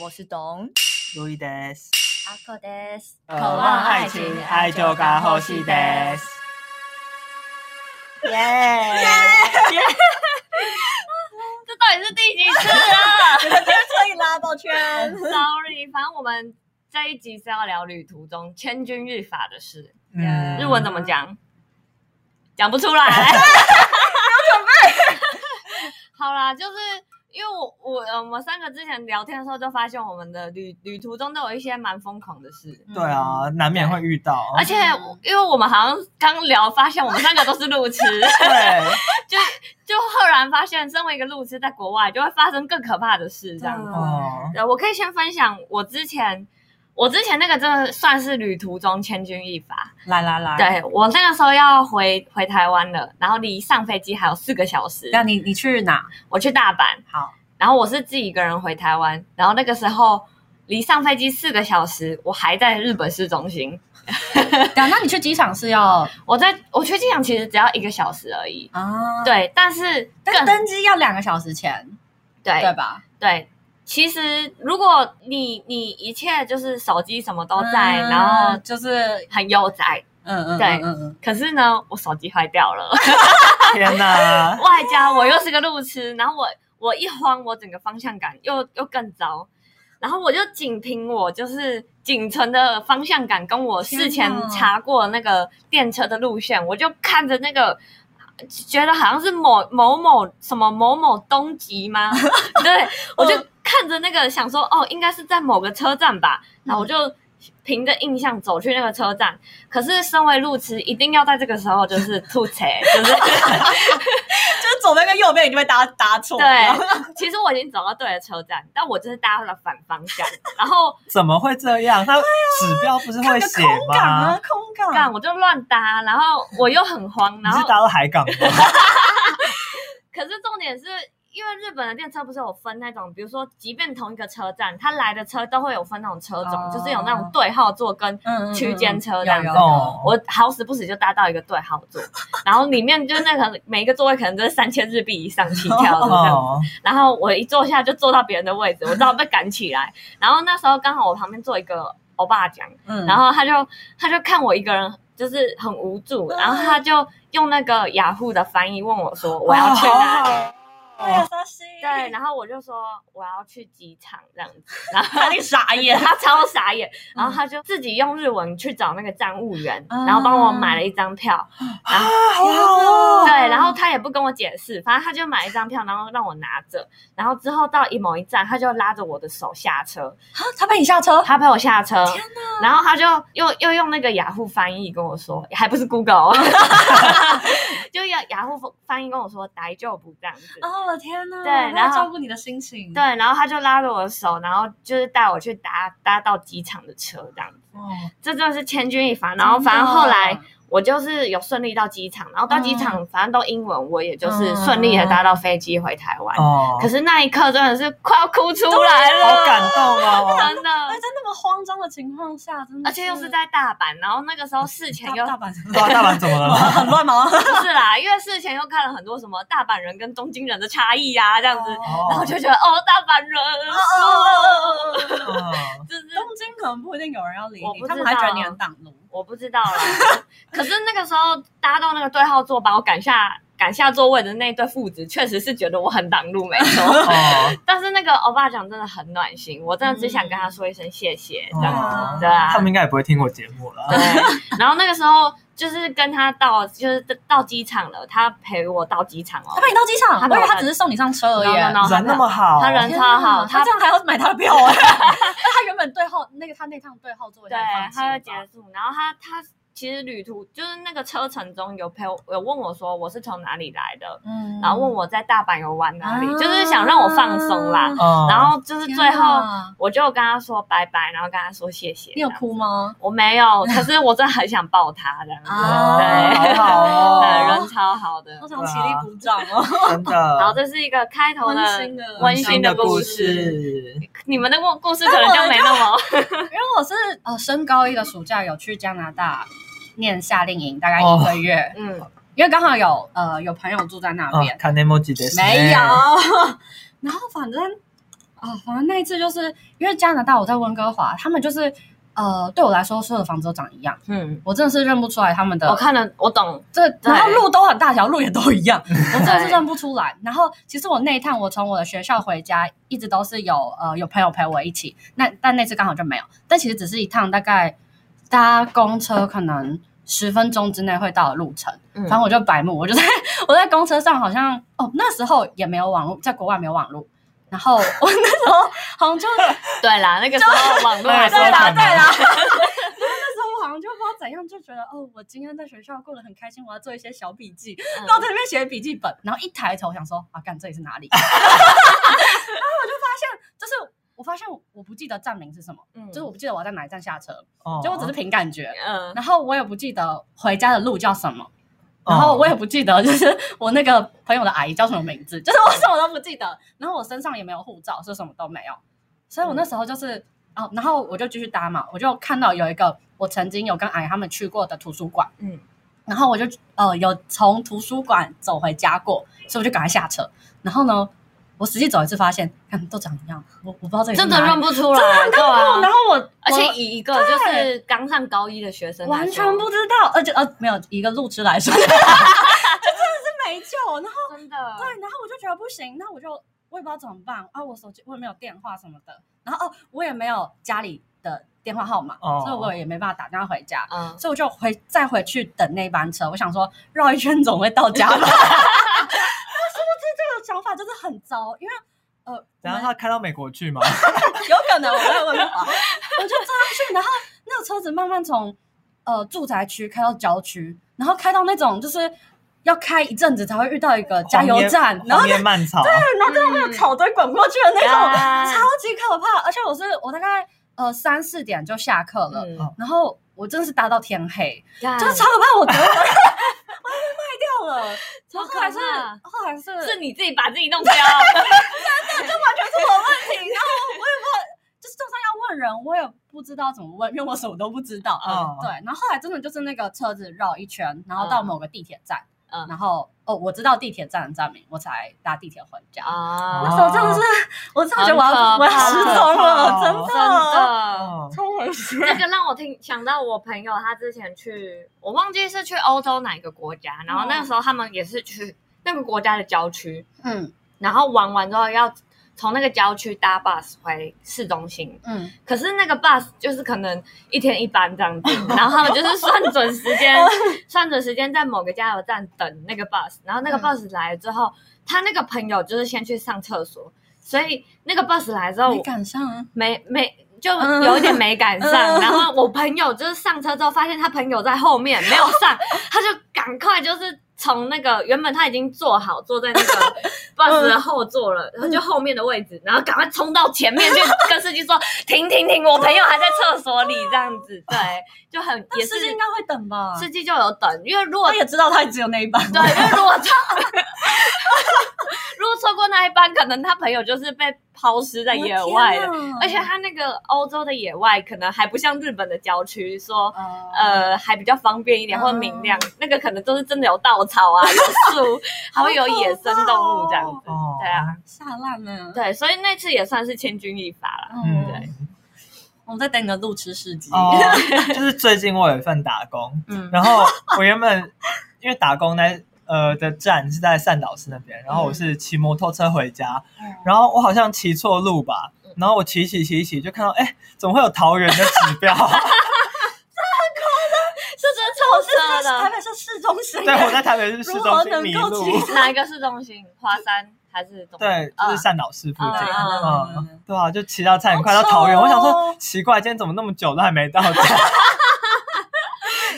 我是董路易德斯，阿克德斯，渴望爱情，爱就该呼吸德斯。 耶！这到底是第几次了可以啦，抱歉。 ？Sorry，反 正我们这一集是要聊旅途中千钧一发的事。嗯日文怎么讲？讲不出来。 没有准备。好啦，就是因为我我呃我们三个之前聊天的时候就发现，我们的旅旅途中都有一些蛮疯狂的事。对啊，难免会遇到，而且我，因为我们好像刚聊，发现我们三个都是路痴， 对，就赫然发现，身为一个路痴，在国外就会发生更可怕的事，这样子。哦，对，我可以先分享我之前，我之前那个真的算是旅途中千钧一发。 来来来，，对我那个时候要回回台湾了，然后离上飞机还有四个小时，那你你去哪？我去大阪，好，然后我是自己一个人回台湾，然后那个时候离上飞机四个小时，我还在日本市中心，对，那你去机场是要我在我去机场其实只要一个小时而已，啊？，对，但是但更登机要两个小时前，对对吧？对，其实如果你你一切就是手机什么都在，嗯然后就是很悠哉。嗯嗯，对嗯嗯嗯，可是呢，我手机坏掉了，天哪，外加我又是个路痴，然后我我一慌，我整个方向感又又更糟，然后我就仅凭我就是仅存的方向感，跟我事前天哪查过那个电车的路线，我就看着那个。觉得好像是某某某什么某某东极吗？ 对，我就看着那个想说，哦，应该是在某个车站吧。然后我就凭着印象走去那个车站。可是身为路痴，一定要在这个时候就是吐槽，就是就是左边跟右边你就会搭搭错然后对， 其实我已经走到对的车站，但我就是搭了反方向， 然后怎么会这样？他指标不是会看个写空港啊吗？，空港，干我就乱搭，然后我又很慌，嗯你然是后搭到海港吗？可是重点是。因为日本的电车不是有分那种，比如说，即便同一个车站，它来的车都会有分那种车种，哦就是有那种对号座跟嗯嗯区间车这样子哦，我好死不死就搭到一个对号座， 然后里面就是那个每一个座位可能都是三千日币以上起跳的这样 子哦，然后我一坐下就坐到别人的位置，我知道被赶起来。然后那时候刚好我旁边坐一个欧巴讲，嗯然后他就他就看我一个人就是很无助，然后他就用那个雅虎的翻译问我说我要去哪里。哦，伤心，对，然后我就说我要去机场这样子，然后 肯定傻眼，他超傻眼，然后他就自己用日文去找那个站务员，嗯然后帮我买了一张票，然后啊，好好哦，对，然后他也不跟我解释，反正他就买一张票，然后让我拿着，然后之后到一某一站，他就拉着我的手下车，啊他陪你下车，他陪我下车，天哪，然后他就又又用那个雅虎翻译跟我说，还不是 Google，哦 就用雅虎翻译跟我说“来就不”这样子。哦我的天哪，对然后他照顾你的心情，对，然后他就拉着我的手，然后就是带我去搭搭到机场的车，这样子，哦这真的是千钧一发。真的，哦嗯然后反正后来我就是有顺利到机场，然后到机场反正都英文，我也就是顺利的搭到飞机回台湾。哦，可是那一刻真的是快要哭出来好了，感动哦，真哎，的。在那么慌张的情况下，真的，而且又是在大阪，然后那个时候事前又大 阪，对啊，大阪怎么了吗？很乱吗？不是啦，因为事前又看了很多什么大阪人跟东京人的差异 啊，这样子，哦然后就觉得哦，大阪人，哦哦就是东京可能不一定有人要理我不你，他知们还觉道得你很挡路。我不知道啦。可是那个时候搭到那个对号座，把我赶下赶下座位的那对父子，确实是觉得我很挡路，没错。哦，但是那个欧巴讲真的很暖心，我真的只想跟他说一声谢谢，这样子，哦对啊。他们应该也不会听我节目了。对，然后那个时候就是跟他到，就是到机场了，他陪我到机场哦他。陪你到机场，他我陪以我为到他只是送你上车而已。啊 No, no, no 人那么好，他人天超哪好，他他这样还要买他的 票哎。那他原本对后那个他那趟对后座对也很放，心他吧会结束。然后他他其实旅途就是那个车程中有陪我，有问我说我是从哪里来的，嗯然后问我在大阪有玩哪里，啊哦就是想让我放松啦。嗯，然后就是最天后哪我就跟他说拜拜，然后跟他说谢谢。你有这样？哭吗？我没有，可是我真的很想抱他这样子。啊对，好好哦对，人超好的我。想起立鼓掌哦，真然后的这是一个开头的温馨的温馨啊的故事。，你们的故故事可能就没那么因为我是呃升高一的暑假有去加拿大念夏令营，大概哦一个月，嗯 因为刚好有呃有朋友住在那嗯边，， 看 emoji 的没有，然后反正。啊，反正那一次就是因为加拿大，我在温哥华，他们就是呃，对我来说所有的房子都长一样，嗯，我真的是认不出来他们的。我看了，我懂，这然后路都很大条，路也都一样，我真的是认不出来。然后其实我那一趟，我从我的学校回家，一直都是有呃有朋友陪我一起，那但那次刚好就没有。但其实只是一趟大概搭公车可能十分钟之内会到的路程，嗯反正我就白目，我就在我在公车上好像哦那时候也没有网络，在国外没有网络。然后我那时候好像就对啦，那个时候网络还不对啦好对啦那时候我好像就不知道怎样，就觉得哦，我今天在学校过得很开心，我要做一些小笔记，嗯然后在那边写笔记本，然后一抬头想说啊，干这里是哪里？然 后我就发现，就是我发现我不记得站名是什么，嗯就是我不记得我要在哪一站下车，哦就我只是凭感觉，嗯，然后我也不记得回家的路叫什么。哦然哦后我也不记得，就是我那个朋友的阿姨叫什么名字，就是我什么都不记得。然后我身上也没有护照，是什么都没有。所以我嗯那时候就是、哦，然后我就继续搭嘛，我就看到有一个我曾经有跟阿姨他们去过的图书馆，嗯嗯，然后我就呃有从图书馆走回家过，所以我就赶快下车。然后呢，我实际走一次发现，看都长一样，我我不知道这里是真的哪里认不出来，对啊然，后我我而且以一个就是刚上高一的学生来说，完全不知道，而且呃没有一个路痴来说，就 真的是没救。然后真的，对，然后我就觉得不行，那我就我也不知道怎么办啊，我手机我也没有电话什么的，然后哦我也没有家里的电话号码，哦所以我也没办法打电话回家，嗯，所以我就回再回去等那班车。我想说绕一圈总会到家吧，但 是不知这个想法就是很糟，因为呃，我然后们他开到美国去嘛，有可能我在问法，我就坐上去，然后那个车子慢慢从呃住宅区开到郊区，然后开到那种就是要开一阵子才会遇到一个 加油站，然后荒野 蔓草，然后在那个草堆滚过去的那种，超种级可怕。而且我是我大概呃三四点就下课了，嗯然后我真的是搭到天黑，就就是超可怕，我觉得我要被卖掉了。然后后来是超可怕后来是是你自己把自己弄掉，是我问题，然后我也不知道，就是就算要问人，我也不知道怎么问，因为我什么都不知道。哦对，然后后来真的就是那个车子绕一圈，然后到某个地铁站，嗯然后哦，我知道地铁站的站名，我才搭地铁回家。 啊那时候真的是，我真的觉得我要很我可要怕失踪了，真真的。哦超危险。这个让我听想到我朋友，他之前去，我忘记是去欧洲哪一个国家，然后那个时候他们也是去那个国家的郊区，嗯然后玩完之后要从那个郊区搭 bus 回市中心，嗯，可是那个 bus 就是可能一天一班这样子，然后他们就是算准 时间，算准时间在某个加油站等那个 bus，然后那个嗯 bus 来了之后，他那个朋友就是先去上厕所，所以那个 bus 来之后，没赶上啊。没没就嗯有一点没赶上，嗯然后我朋友就是上车之后发现他朋友在后面没有 上，他就赶快就是从那个原本他已经坐好坐在那 个 bus 的后座了，嗯然后就后面的位置，然后赶快冲到前面去跟司机说停停停，我朋友还在厕所里这样 子，对，就很也但是司机应该会等吧？司机就有等，因为如 果他也知道他只有那一班。对，就如果错， 如果错过那一班，可能他朋友就是被抛尸在野外的我。天哪而且他那个欧洲的野外，可能还不像日本的郊区，说呃呃还比较方便一点嗯或明亮，哦那个可能都是真的有稻草啊， 有树，还会有野生动物这样子。哦对啊，下烂了。对，所以那次也算是千钧一发啦。嗯，嗯，我在等你的路痴事迹。哦，就是最近我有一份打工，嗯然后我原本 因为打工那呃的站是在善导市那边，然后我是骑摩托车回家，嗯然后我好像骑错路吧，然后我骑骑骑骑就看到，哎，怎么会有桃园的指 标？这真这超哦是台车北市市中心。对，我在台北市市中心迷如何能够路骑，的，哪一个市中心？华山还是中？对，就是善导市附对近。啊啊嗯，对啊，就骑到差点快到桃园，好我丑哦想说奇怪，今天怎么那么久都还没到家你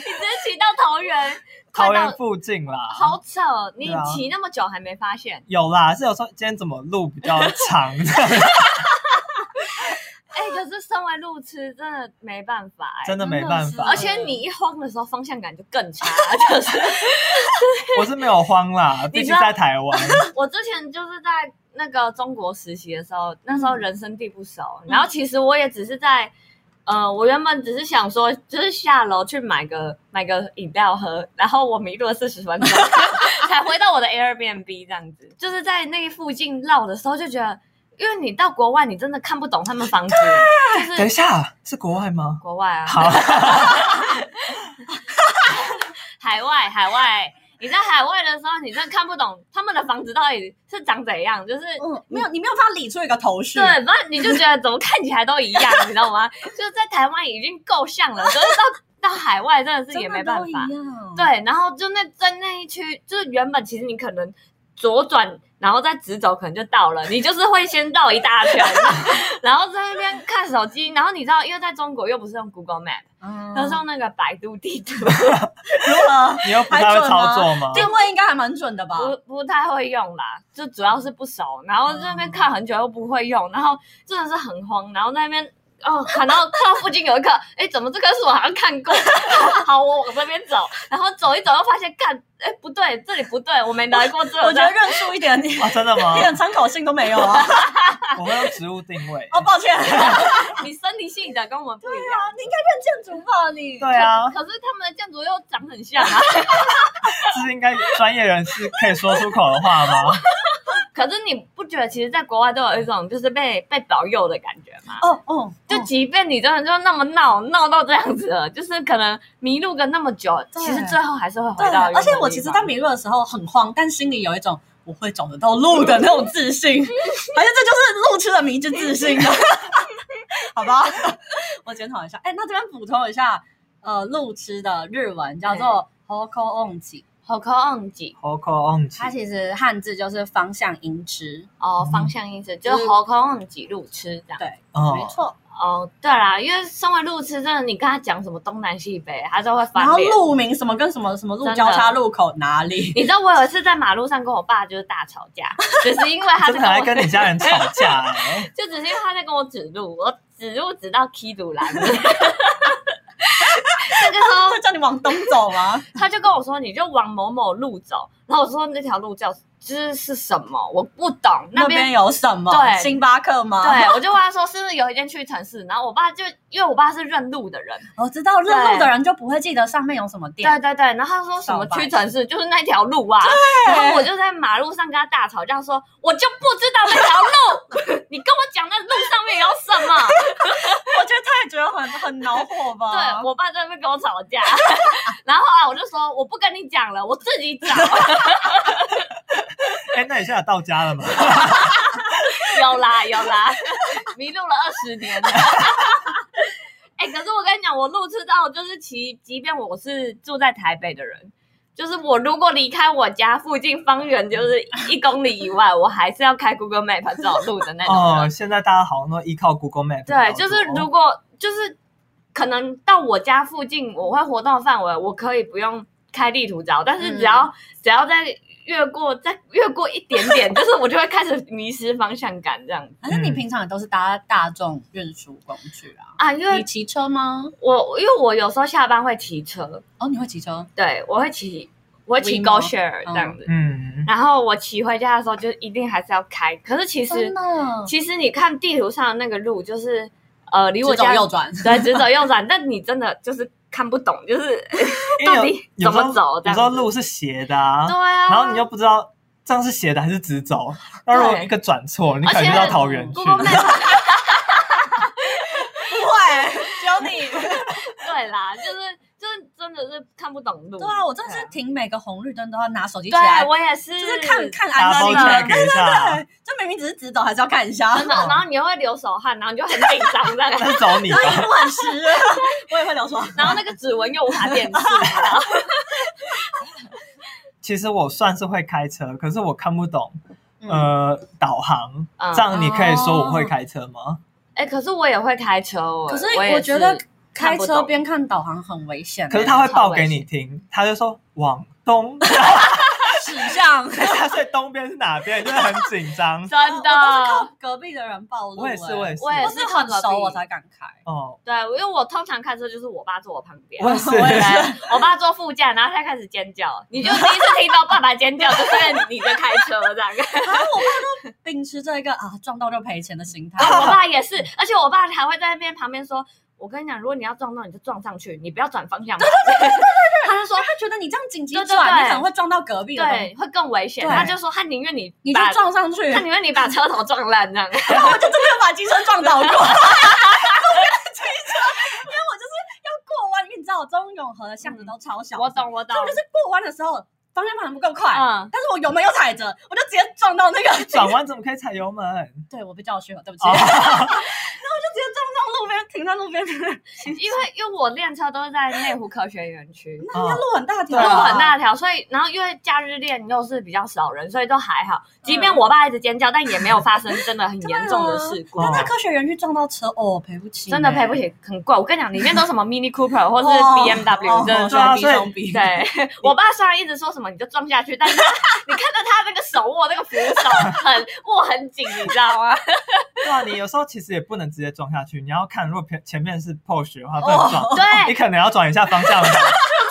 直接骑到桃园，快桃到园附近啦？好扯，哦你对啊骑那么久还没发现？有啦，是有说今天怎么路比较长， 哎、可是身为路痴，真的没办法哎、真的没办法而。且你一慌的时候，方向感就更 差。就是我是没有慌啦，你毕知竟道在台湾。我之前就是在那个中国实习的时候，那时候人生地不熟，然后其实我也只是在。呃，我原本只是想说，就是下楼去买个买个饮料喝，然后我迷路了四十分钟， 才回到我的 Airbnb 这样子。就是在那附近绕的时候，就觉得因为你到国外，你真的看不懂他们房子，就等一是下，是国外吗？国外啊，好，海外海外。你在海外的时候，你真的看不懂他们的房子到底是长怎样，就是嗯，没有，你没有办法理出一个头绪。对，然后你就觉得怎么看起来都一样，你知道吗？就是在台湾已经够像了，可是到到海外真的是真也的没办都一法。样。对，然后就那在那一区，就是原本其实你可能左转，然后再直走，可能就到了。你就是会先绕一大圈， 然后在那边看手机。然后你知道，因为在中国又不是用 Google Map，嗯，都是用那个百度地图，如何？你又不太会操作吗？定位应该还蛮准的吧？不不太会用啦，就主要是不熟。然后在那边看很久又不会用，然后真的是很慌。然后在那边。哦，看到看到附近 有一棵，哎，怎么这棵树我好像看过？ 好，我往这边走，然后走一走又发现，干，哎，不对，这里不对，我没来过这。我觉得认输一点，你啊，真的吗一？点参考性都没有啊！我会用植物定位。哦， 抱歉， 你身体性的跟我们不一样。你应该认建筑吧？你对啊，可是他们的建筑又长很像啊。 这是应该专业人士可以说出口的话吗？可是你不觉得，其实，在国外都有一种就是被被保佑的感觉吗？哦哦，就即便你真的就那么闹闹到这样子了，就是可能迷路个那么久，对其实最后还是会回对，到原本的地方。而且我其实，在迷路的时候很慌，但心里有一种我会找得到路的那种自信，好像这就是路痴的迷之自 信了，好吧？ 我检讨一下，哎、那这边补充一下，呃，路痴的日文叫做 hoko onji，好靠忘记好口哦忘记它其实汉字就是方向音痴，哦，嗯方向意思就就是是好靠忘记路痴这样。对，没哦，错。哦，对啦，因为身为路痴，真的你跟他讲什么东南西北，他都会然翻后脸。路名什么跟什么什么路真的交叉路口哪里？你知道我有一次在马路上跟我爸就是大吵架， 只是因为他真的在跟还我，跟你家人吵架哎就只是因为他在跟我指路，我指路指到 K 堵栏， 那个时 候会叫你往东走吗？他就跟我说，你就往某某路走，然后我说那条路叫就是是什么，我不懂那那边边。有什么？对星巴克吗？ 对，我就问他说是不是有一间屈臣氏，然后我爸就因为我爸是认路的人，我知道认路的人就不会记得上面有什么店。对对对，然后他说什么小白屈臣氏就是那条路啊，然后我就在马路上跟他大吵架说，我就不知道那条路， 你跟我讲那路上面有什么？我觉得他也觉得很很恼火吧？对我爸在那边跟我吵架， 然后啊，我就说我不跟你讲了，我自己找。哎，那你现在到家了吗？ 有啦有啦，迷路了二十年了。 哎、可是我跟你讲，我路痴到就是其，即便我是住在台北的人，就是我如果离开我家附近方圆就是一公里以外，我还是要开 Google Map 找路的那种人。哦，现在大家好像都依靠 Google Map 哦比较对，多。就是如果就是可能到我家附近，我会活动的范围，我可以不用开地图找，但是只要、只要在越过再越过一点点，就是我就会开始迷失方向感这样子反正你平常也都是搭大众运输工具啊。啊。因你为骑车吗？我因为我有时候下班会骑车，哦，你会骑车？对我会骑我会骑 WeMo Go Share 这样子，嗯，然后我骑回家的时候就一定还是要开，可是其实真的？其实你看地图上的那个路就是呃离我直走家右 转。对，直走右转，但你真的就是看不懂，就是因到为底有怎时候么走这有时样子。候路是斜的啊对，啊，然后你又不知道这样是斜的还是直走，那如果对一个转错，你可能就到桃园去。 Google Map 不会，只有你。对啦，就是就是真的是看不懂 路。对啊，我真的是停每个红绿灯都要拿手机起来，对我也是，就是看看安大那包利真的的。 check 对一 下，对，就明明只是直走，还是要看一下。真 的，然后你又会流手汗，然后你就很紧张这样。那是走你吧然。后一路很湿， 我也会聊说，然后那个指纹又无法辨识，然后其实我算是会开车，可是我看不懂嗯呃导航。嗯这样你可以说我会开车吗？哎，可是我也会开车哦，可是也我觉得开看不车懂边看导航很危险欸。可是他会报给你听，他就说往 东，指 向。他所以东边是哪边，就是很紧张。 真我都是的靠， 隔壁的人暴露、我也是，我也是，是，我也我是是很靠隔熟壁我才敢开。哦，对，因为我通常开车就是我爸坐我旁边，我也是，我也对，我爸坐副驾，然后他开始尖叫，你就第一次听到爸爸尖叫，就是因为你在开车这样。 秉持这一个啊撞到就赔钱的心态， 我爸也是，而且我爸还会在那边旁边说。我跟你讲，如果你要撞到，你就撞上去，你不要转方向。他就说他觉得你这样紧急对对转，对你可能会撞到隔壁的东西，对，会更危险。对他就说他宁愿你你就把，撞上去，他宁愿你把车头撞烂这样。然后我就真的有把机车撞倒过。路边的机车，因为 我就是要过弯，因为你知道我中永和的巷子都超小，嗯我，懂，我懂所以。我就是过弯的时候方向盘不够快，嗯，但是我油门又踩着，我就直接撞到那个转弯怎么可以踩 油门？对我被教训了，对不起。哦 然后我就直接撞到路边，停在路边。因为因为我练车都是在内湖科学园区。那人家路很大条，对路啊很，大条，所以然后因为假日练又是比较少人，所以都还好。即便我爸一直尖叫，但也没有发生真的很严重的事嗯故对啊，但在科学园区撞到车，哦，赔不起，真的赔不。起，很贵。我跟你讲，里面都什么 Mini Cooper 或是哦 BMW，真的对啊双双逼逼所以双逼，对我爸虽然一直说什么你就撞下去，但是 他你看到他那个手握那个扶手很握很紧，你知道吗？ 对啊，你有时候其实也不能直接撞下去，你要看，如果前前面是 Porsche 哦的话，不能撞，对，你可能要转一下方向盘，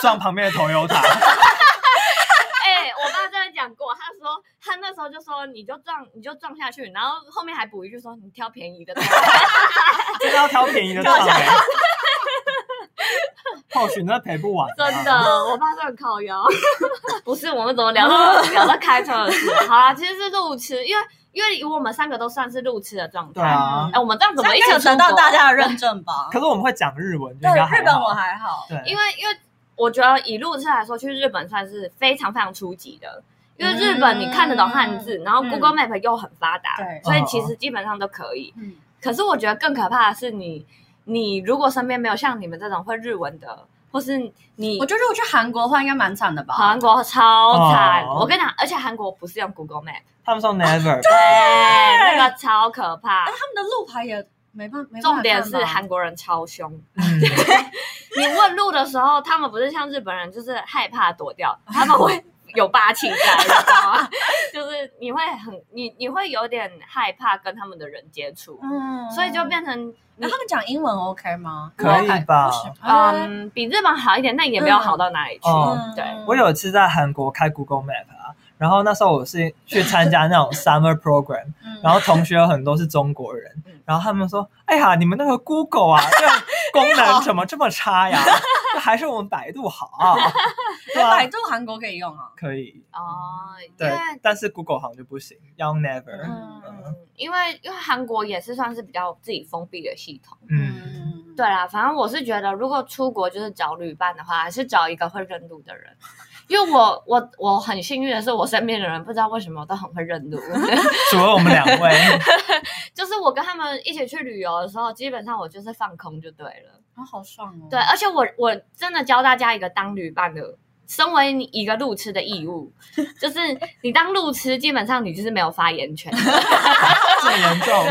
撞旁边的 Toyota。 哎、我爸真的讲过，他说他那时候就说你就撞你就撞下去，然后后面还补一句说你挑便宜的。真的要挑便宜的撞、欸。Porsche 你真的赔不完、啊，真的，我爸是很靠腰。不是，我们怎么 聊到聊到开车的事？好啦，其实是路痴，因为因为以我们三个都算是路痴的状态。对啊哎、。我们这样怎么一应起该有出国得到大？家的认证 吧？可是我们会讲日文，就对应该还好日本我还好，对，因为因为我觉得以路痴来说，去日本算是非常非常初级的。因为日本你看得懂汉字，然后嗯 Google Map 又很发达，对哦所以其实基本上都可以。嗯，可是我觉得更可怕的是你，你如果身边没有像你们这种会日文的，或是你我觉得如果去韩国的话，应该蛮惨的吧？韩国超惨，哦我跟你讲，而且韩国不是用 Google Map，他们 说 never，对，哎那个超可怕但。他们的路牌也没办没办法看吧。重点是韩国人超凶，嗯，你问路的时候，他们不是像日本人，就是害怕躲掉，他们会有霸气在，你知 道吗？就是你会很你你会有点害怕跟他们的人接触，嗯，所以就变成那他们讲英文 OK 吗？可以吧不行嗯，嗯比日本好一点，但也没有好到哪里去。哦嗯对，我有一次在韩国开 Google Map 啊，然后那时候我是去参加那种 summer program，嗯，然后同学有很多是中国人嗯，然后他们说：“哎呀，你们那个 Google 啊，这个功能怎么这么差呀？这还是我们百度好啊。”对啊百，度韩国可以用啊。可以。哦，因嗯对为，但是 Google 好像就不行，要 never。嗯嗯，因为因为韩国也是算是比较自己封闭的系统。嗯，对啦，反正我是觉得，如果出国就是找旅伴的话，还是找一个会认路的人。因为我我我很幸运的是，我身边的人不知道为什么都很会认路， 除了我们两位，就是我跟他们一起去旅游的时候，基本上我就是放空就对了。啊，好爽哦。嗯对，，而且我我真的教大家一个当旅伴的，身为你一个路痴的义务， 就是你当路痴，基本上你就是没有发言权，这么严重，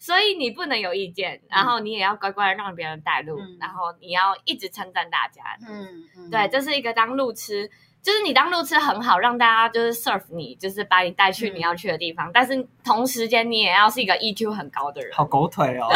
所以你不能有意见，然后你也要乖乖地让别人带路，嗯然后你要一直称赞大家，嗯嗯，对，这是一个当路痴，就是你当路痴很好，让大家就是 serve 你，就是把你带去嗯你要去的地方。但是同时间你也要是一个 EQ 很高的人。好狗腿哦。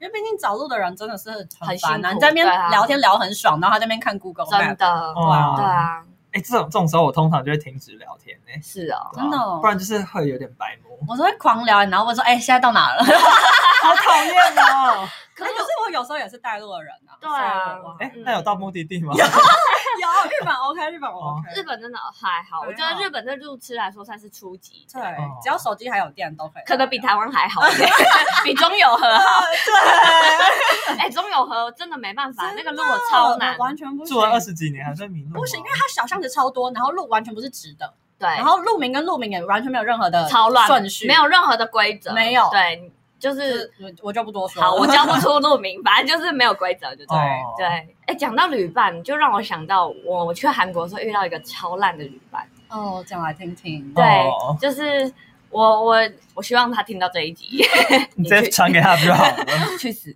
因为毕竟找路的人真的是很很烦啊，辛苦你在那边对啊聊天聊很爽，然后他在那边看 Google 真 Map，的，哇对啊，哎，这种这种时候我通常就会停止聊天呢，是哦，对啊真的哦不然就是会有点白目，我都会狂聊，然后问说，哎，现在到哪了？好讨厌哦。可是我有时候也是带路的人啊。对啊所以我哇哎，嗯那有到目的地吗？有日本 OK，日本我 OK，日本真的还好，还我觉得好日本对路痴来说算是初级，对哦，只要手机还有电都可以，可能比台 湾还好，比中友和好。对，哎，中友和真的没办法，那个路我我超难。完全不行住。了二十几年还在迷路吗，哦不行，因啊为它小巷子超多，然后路完全不是直的，对，然后路名跟路名也完全没有任何的超乱，呃顺序，没有任何的规则，没有对，就就是是我我就不多说了。好，我教不出路名， 反正就是没有规则，就对了。哦对，，哎，讲到旅伴，就让我想到我去韩国的时候遇到一个超烂的旅伴。哦，讲来听听。对，哦就是我我我希望他听到这一集， 你直接传给他不就好 了？去死。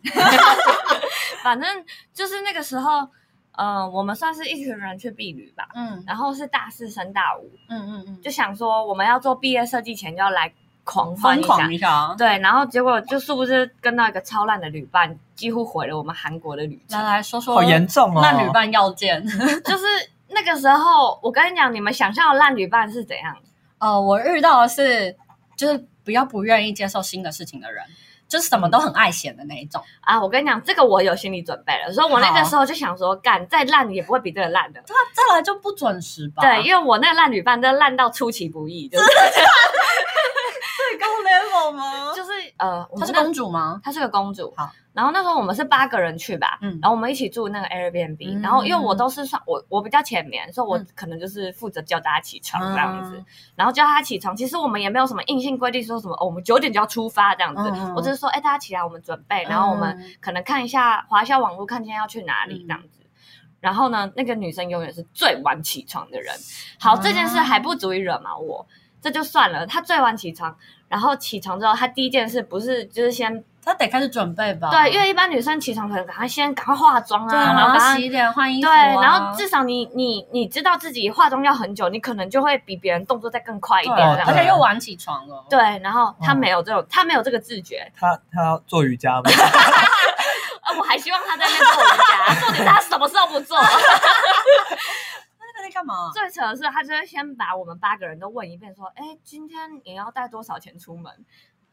反正就是那个时候，呃，我们算是一群人去避旅吧，嗯然后是大四升大五，嗯嗯嗯，就想说我们要做毕业设计前就要来狂欢疯一下狂。一下啊。对，然后结果就是不是跟到一个超烂的旅伴，几乎毁了我们韩国的旅程来。来说说好严重哦。烂旅伴要件。 就是那个时候，我跟你讲，你们想象的烂旅伴是怎样？呃哦，我遇到的是就是比较不愿意接受新的事情的人，就是什么都很爱显的那一种。啊，我跟你讲，这个我有心理准备了，所以我那个时候就想说，干再烂也不会比这个烂的。对啊，再来就不准时吧。对，因为我那个烂女伴真的烂到出其不意，就是最高 level 吗？就是呃，我她们是那公主吗？她是个公主。好，然后那时候我们是八个人去吧，嗯然后我们一起住那个 Airbnb，、嗯然后因为我都是算我我比较浅眠，所以我嗯可能就是负责叫大家起床嗯这样子，然后叫他起床，其实我们也没有什么硬性规定说什么、哦、我们九点就要出发这样子，嗯嗯嗯我只是说哎大家起来我们准备，然后我们嗯可能看一下划一下网络，看今天要去哪里嗯这样子。然后呢，那个女生永远是最晚起床的人。好，这件啊事还不足以惹毛我，这就算了。她最晚起床，然后起床之后，她第一件事不是就是先她得开始准备吧。对，因为一般女生起床可能赶快先赶快化妆哦啊，对啊，然然后赶后快。洗脸换衣服对，啊，然后至少你你你知道自己化妆要很久，你可能就会比别人动作再更快一对，点这啊样而子。且又晚起床了。对，然后她嗯没有这种，她没有这个自觉。他他要做瑜伽吗？ 啊，我还希望她在那边做瑜伽， 重点是她什么事都不做。那在干嘛？ 最扯的是，她就会先把我们八个人都问一遍，说：“哎，今天你要带多少钱出门？”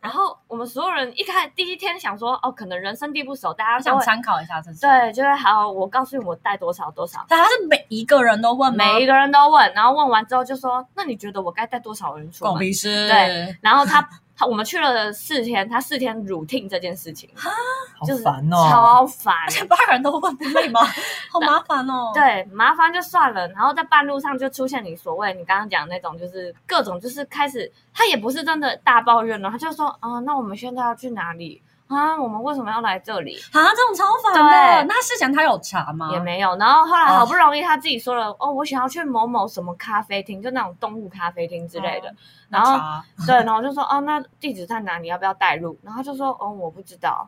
然后我们所有人一开第一天想说：“哦，可能人生地不熟，大家我都想会参考一下这次。，对，就会好。”我告诉你，我带多少多少。但他是每一个人都问吗？每一个人都问，然后问完之后就说：“那你觉得我该带多少人出狗门鼻师对，？”然后他他我们去了四天，他四天 routine 这件事情，好就是烦哦！。超烦。而且 八个人都问，不累 吗？好麻烦哦。，对，麻烦就算了，然后在半路上就出现你所谓你刚刚讲的那种，就是各种就是开始，他也不是真的大抱怨了，他就说啊、那我们现在要去哪里啊？我们为什么要来这里？啊，这种超烦的。对那事前他有查吗？也没有。然后后来好哦不容易他自己说了，哦，我想要去某某什么咖啡厅，就那种动物咖啡厅之类的。那然后查 对，然后我就说，哦，那地址在哪里？要不要带路？然后他就说，哦，我不知道。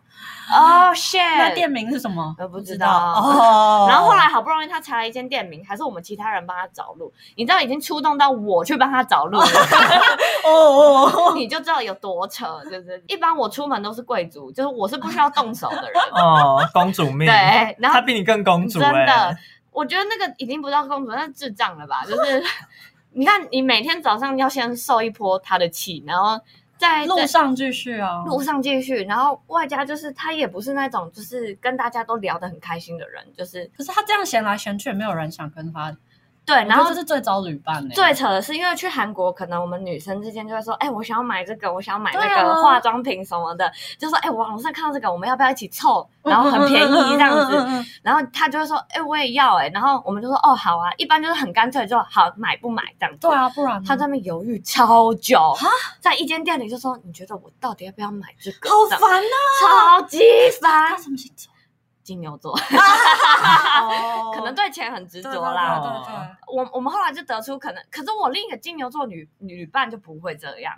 哦那店，shit。名是什么？呃不知知道哦。 然后后来好不容易他查了一间店名，还是我们其他人帮他找路。你知道已经出动到我去帮他找路 了，哦哦哦，你就知道有多扯，就是一般我出门都是贵族，就是我是不需要动手 的人哦，公主命，对，然后他比你更公主真哎、的，欸我觉得那个已经不叫公主，那是智障了吧？就是 你看，你每天早上要先受一波他的气，然后在路上继续啊。路上继续，然后外加就是他也不是那种就是跟大家都聊得很开心的人，就是可是他这样闲来闲去，也没有人想跟他。对，然我觉后得哦这是最糟旅伴呢。欸最扯的是，因为去韩国，可能我们女生之间就会说，哎、我想要买这个，我想要买那对个啊化妆品什么的，就说，哎、我网上看到这个，我们要不要一起凑？然后很便宜这样嗯嗯嗯嗯子，嗯嗯嗯然后他就会说，哎、我也要、哎，然后我们就说，哦，好啊，一般就是很干脆就好买不买这样子。对啊，不然呢他在那边犹豫超久啊，在一间店里就说：“你觉得我到底要不要买这个？”好这样，烦啊！超级烦 他。什么星座？金牛座，可可能对钱很执对着啦。哦哦对对对对我我们后来就得出可能，可是我另一个金牛座女女伴就不会这样，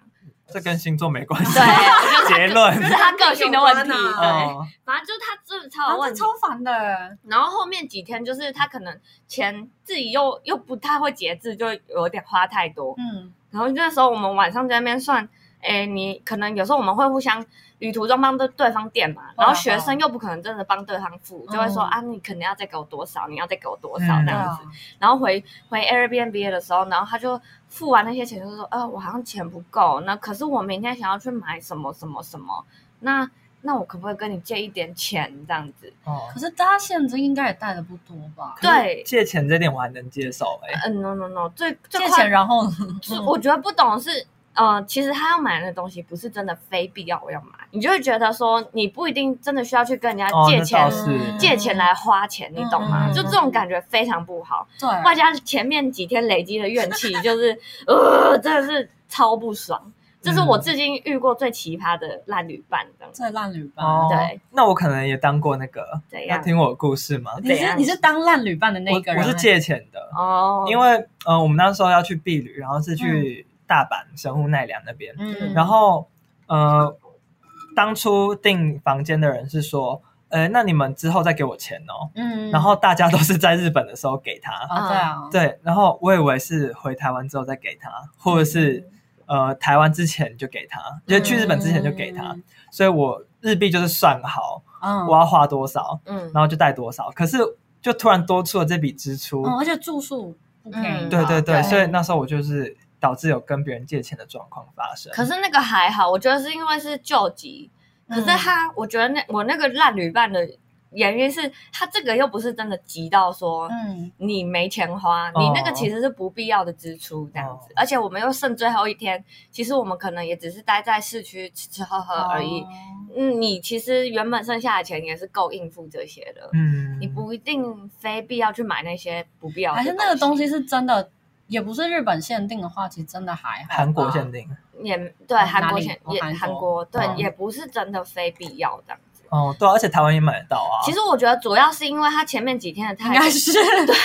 这跟星座没关 系。对，结论就是她个性 的问题。有关对， 哦，反正就是她真的超啊有，问这嗯题。超烦的。然后后面几天就是她可能钱自己又又不太会节制，就有点花太多。嗯，然后那时候我们晚上在那边算，哎，你可能有时候我们会互相旅途中帮对对方垫哦嘛，然后学生又不可能真的帮对方付，就会说嗯啊，你可能要再给我多少，你要再给我多少嗯这对样啊子。，然后回回 Airbnb 的时候，然后他就付完那些钱，就说，呃，我好像钱不够，那可是我明天想要去买什么什么什么，那那我可不可以跟你借一点钱这样子？哦可是大家现金应该也带的不多吧？对，借钱这点我还能接受哎、嗯、n o no no，最最借快钱然后 呢嗯是我觉得不懂的是，呃，其实他要买的东西不是真的非必要我要买，你就会觉得说你不一定真的需要去跟人家哦，呃借那钱。嗯倒是借钱来花钱，你懂嗯嗯吗？嗯就这种感觉非常不好，对，外加前面几天累积的怨气，就是呃，真的是超不爽。这是我嗯至今遇过最奇葩的烂旅伴，这样最烂旅伴。哦，对，那我可能也当过那个，怎要样？听我的故事吗？你怎是样你是当烂旅伴的那我一个人我欸，是借钱的，哦，因为呃，我们那时候要去避旅，然后是去大阪神户奈良那边，嗯，然后呃，当初订房间的人是说，呃，那你们之后再给我钱哦。嗯， 然后大家都是在日本的时候给他，啊，对啊，对，然后我以为是回台湾之后再给他，或者是嗯呃台湾之前就给他，就是去日本之前就给他，所以我日币就是算好嗯，我要花多少，嗯，然后就带多少，可是就突然多出了这笔支出，嗯，而且住宿不便嗯宜吧，对对对，对所以那时候我就是导致有跟别人借钱的状况发生。可是那个还好，我觉得是因为是救急，可是他，我觉得那我那个烂旅伴的原因是他这个又不是真的急到说嗯，你没钱花，哦你那个其实是不必要的支出这样子。哦而且我们又剩最后一天，其实我们可能也只是待在市区吃吃喝喝呃而哦已。嗯，你其实原本剩下的钱也是够应付这些的，嗯，你不一定非必要去买那些不必要的。还是那个东西是真的，也不是日本限定的话，其实真的还好。韩嗯国限定也对嗯韩哪国里钱哦也韩韩国国对、嗯也不是真的非必要这样子。哦，对啊，而且台湾也买得到啊。其实我觉得主要是因为它前面几天的应态该度，是对，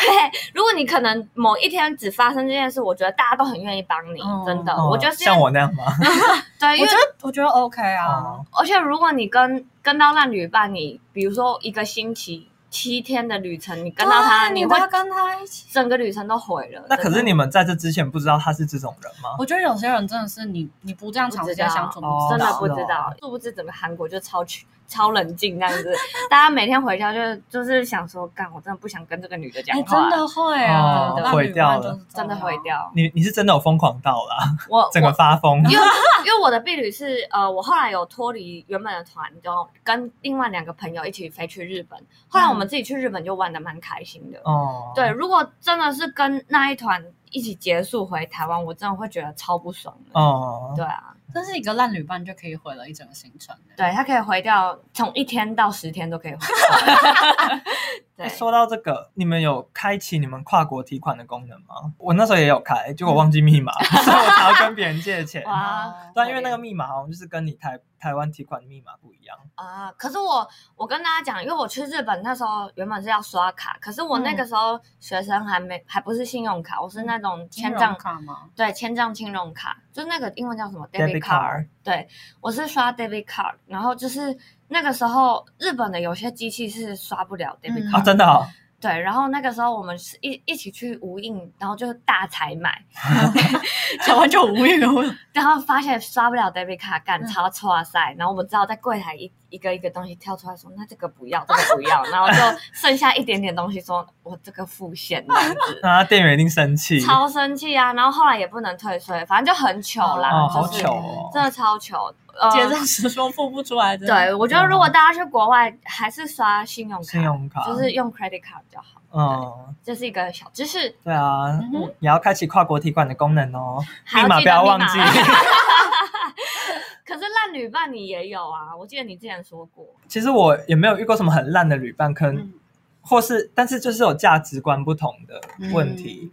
如果你可能某一天只发生这件事，我觉得大家都很愿意帮你，嗯真的，哦我觉得是因为像我那样吗？ 对，我因为觉得我觉得 OK 啊哦，而且如果你跟跟到那旅伴，你比如说一个星期七天的旅程，你跟到他，对啊你你会会跟他一起。整个旅程都毁了。那可是真的你们在这之前不知道他是这种人吗？我觉得有些人真的是你你不这样长时间相处，不知道真的哦不知道，殊不知整个韩国就超去超冷静那样子，大家每天回家就就是想说，干，我真的不想跟这个女的讲哎，真，话的哦会啊哦，那毁女伴掉都了是这真的样毁。掉你你是真的有疯狂到啦，我。 整个我发疯。因为因为我的伴侣是呃，我后来有脱离原本的团，然后跟另外两个朋友一起飞去日本。后来我们自己去日本就玩的蛮开心的。哦，对，，如果真的是跟那一团一起结束回台湾，我真的会觉得超不爽的。哦，对啊，真是一个烂旅伴就可以毁了一整个行程。对他可以回掉从一天到十天都可以回掉。对哎，说到这个，你们有开启你们跨国提款的功能吗？我那时候也有开，结果忘记密码， 所以我才要跟别人借钱。哇，哦哦对啊，因为那个密码好像就是跟你台台湾提款的密码不一样。啊、可是我我跟大家讲，因为我去日本那时候原本是要刷卡，可是我嗯那个时候学生还没还不是信用卡，我是那种千千张账嗯卡吗？对，千账金融卡，就那个英文叫什么 Debit card debit card。对，我是刷 debit card，然后就是那个时候日本的有些机器是刷不了 debit 嗯 card、啊，真的哦，对，然后那个时候我们是一一起去无印，然后就大采买，台湾就无语 了。然后发现刷不了 debit card，干嗯超哇啊塞！然后我们只好在柜台一一个一个东西挑出来说，那这个不要，这个不要，然后就剩下一点点东西说，我这个付现这样 子。那店员一定生气。超生气啊！然后后来也不能退税，反正就很糗啦，哦，就好是糗哦。真的超糗。呃，结账时说付不出来的。对，我觉得如果大家去国外，还是刷信用卡，信用卡就是用 credit card 比较好。嗯，这是一个小知识，对啊，嗯哼也要开启跨国提款的功能哦，还码不记得要密忘码记。 可是烂旅伴你也有啊，我记得你之前说过。 其实我也没有遇过什么很烂的旅伴，可能、嗯或是但是就是有价值观不同的问题。嗯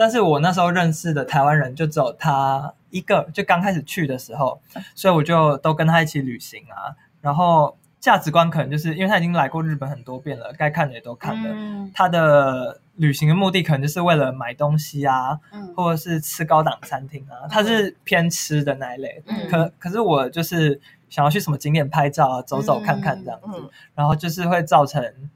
但是我那时候认识的台湾人就只有他一个，就刚开始去的时候，所以我就都跟他一起旅行啊。然后价值观可能就是因为他已经来过日本很多遍了，该看的也都看了。嗯他的旅行的目的可能就是为了买东西啊，嗯或者是吃高档餐厅啊，他是偏吃的那一类。嗯可可是我就是想要去什么景点拍照啊，走走看看这样子，嗯，然后就是会造成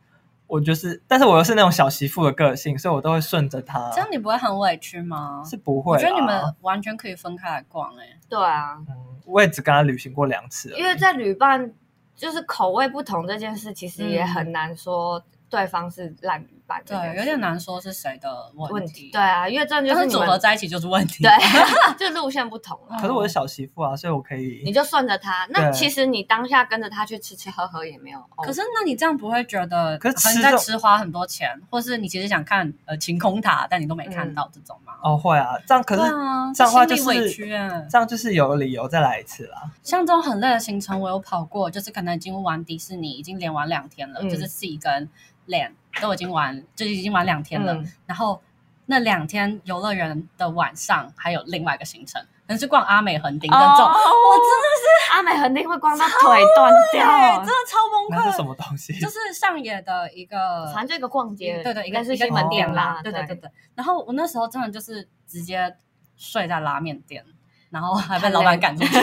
我就是，但是我又是那种小媳妇的个性，所以我都会顺着他这。样你不会很委屈吗？是不会、啊，我觉得你们完全可以分开来逛哎。对啊，嗯，我也只跟他旅行过两次而已，啊因为在旅伴就是口味不同这件事，其实也很难说对方是烂旅嗯伴。对，有点。难说是谁的问问题题。对，啊，因为这就但是是你组们 合在一起嗯就是问题。对， 就路线不同了。可是我是小媳妇啊，所以我可以。你就顺着他，那对其实你当下跟着他去吃吃喝喝也没有。哦可是，那你这样不会觉得，可是吃你在这种吃花很多钱，或是你其实想看呃晴空塔，但你都没看到这种吗？哦，会啊，这样可是、对啊，这样的话就心是里委屈哎。这样就是有理由再来一次啦。像这种很累的行程，我有跑过，就是可能已经玩迪士尼，已经连玩两天了，嗯就是 C 跟 Land 都已经玩，就是已经玩两天了。嗯然后那两天游乐园的晚上还有另外一个行程，可能是逛阿美横丁跟这种，我真的是哦阿美横定会光到腿断哎掉啊真，的超崩那是溃。什么东西？就是上野的一个，反正就一个逛街，对对，一应个该是一个西门店店啦啦，，对对对对。然后我那时候真的就是直接睡在拉面店，然后还被老板赶 出去，就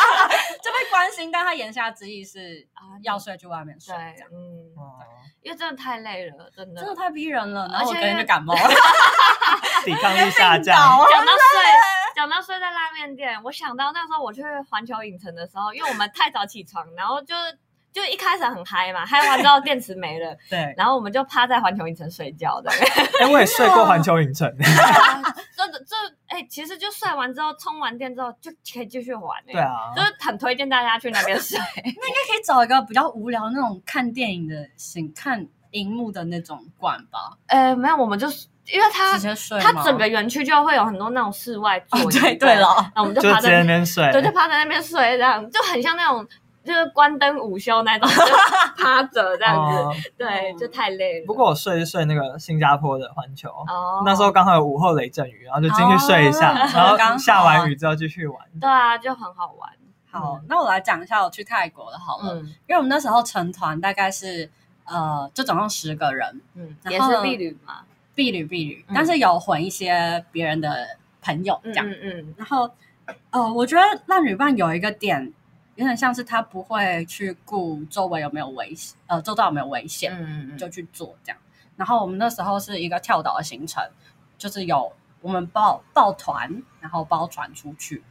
被关心，但他言下之意是啊要睡就外面睡，这对样，嗯，哦因为真的太累了，真的。真的太逼人了。然后我而且隔天因为就感冒 了，抵抗力下 降。讲到睡，讲到睡在拉面店，我想到那时候我去环球影城的时候，因为我们太早起床，然后就是就一开始很嗨嘛，嗨完之后电池没了， 对，然后我们就趴在环球影城睡觉的。 哎，我也睡过环球影城，这这哎，其实就睡完之后，充完电之后就可以继续玩、欸。对，啊就，是很推荐大家去那边睡。可以找一个比较无聊那种看电影的、行看荧幕的那种馆吧， 呃，没有，我们就是因为它直接睡吗。它整个园区就会有很多那种室外座椅、哦，对对，了，那我们就就趴直接在那边睡，对，就趴在那边睡，这样就很像那种就是关灯午 休那种，就趴着这样子。哦对，就太累了。不过我睡是睡那个新加坡的环球，哦，那时候刚好有午后雷阵雨，然后就进去睡一下，哦然后下完雨之后继续玩。对啊，就很好玩。好，那我来讲一下我去泰国的好了，嗯因为我们那时候成团大概是呃，就总共十个人，嗯，然也后是避旅嘛。避旅避旅，嗯但是有混一些别人的朋友这嗯样。嗯嗯，然后呃，我觉得烂旅伴有一个点，有点像是他不会去顾周围有没有危险，呃，周遭有没有危险，嗯嗯就去做这样。然后我们那时候是一个跳岛的行程，就是有我们报报团，然后包船出去，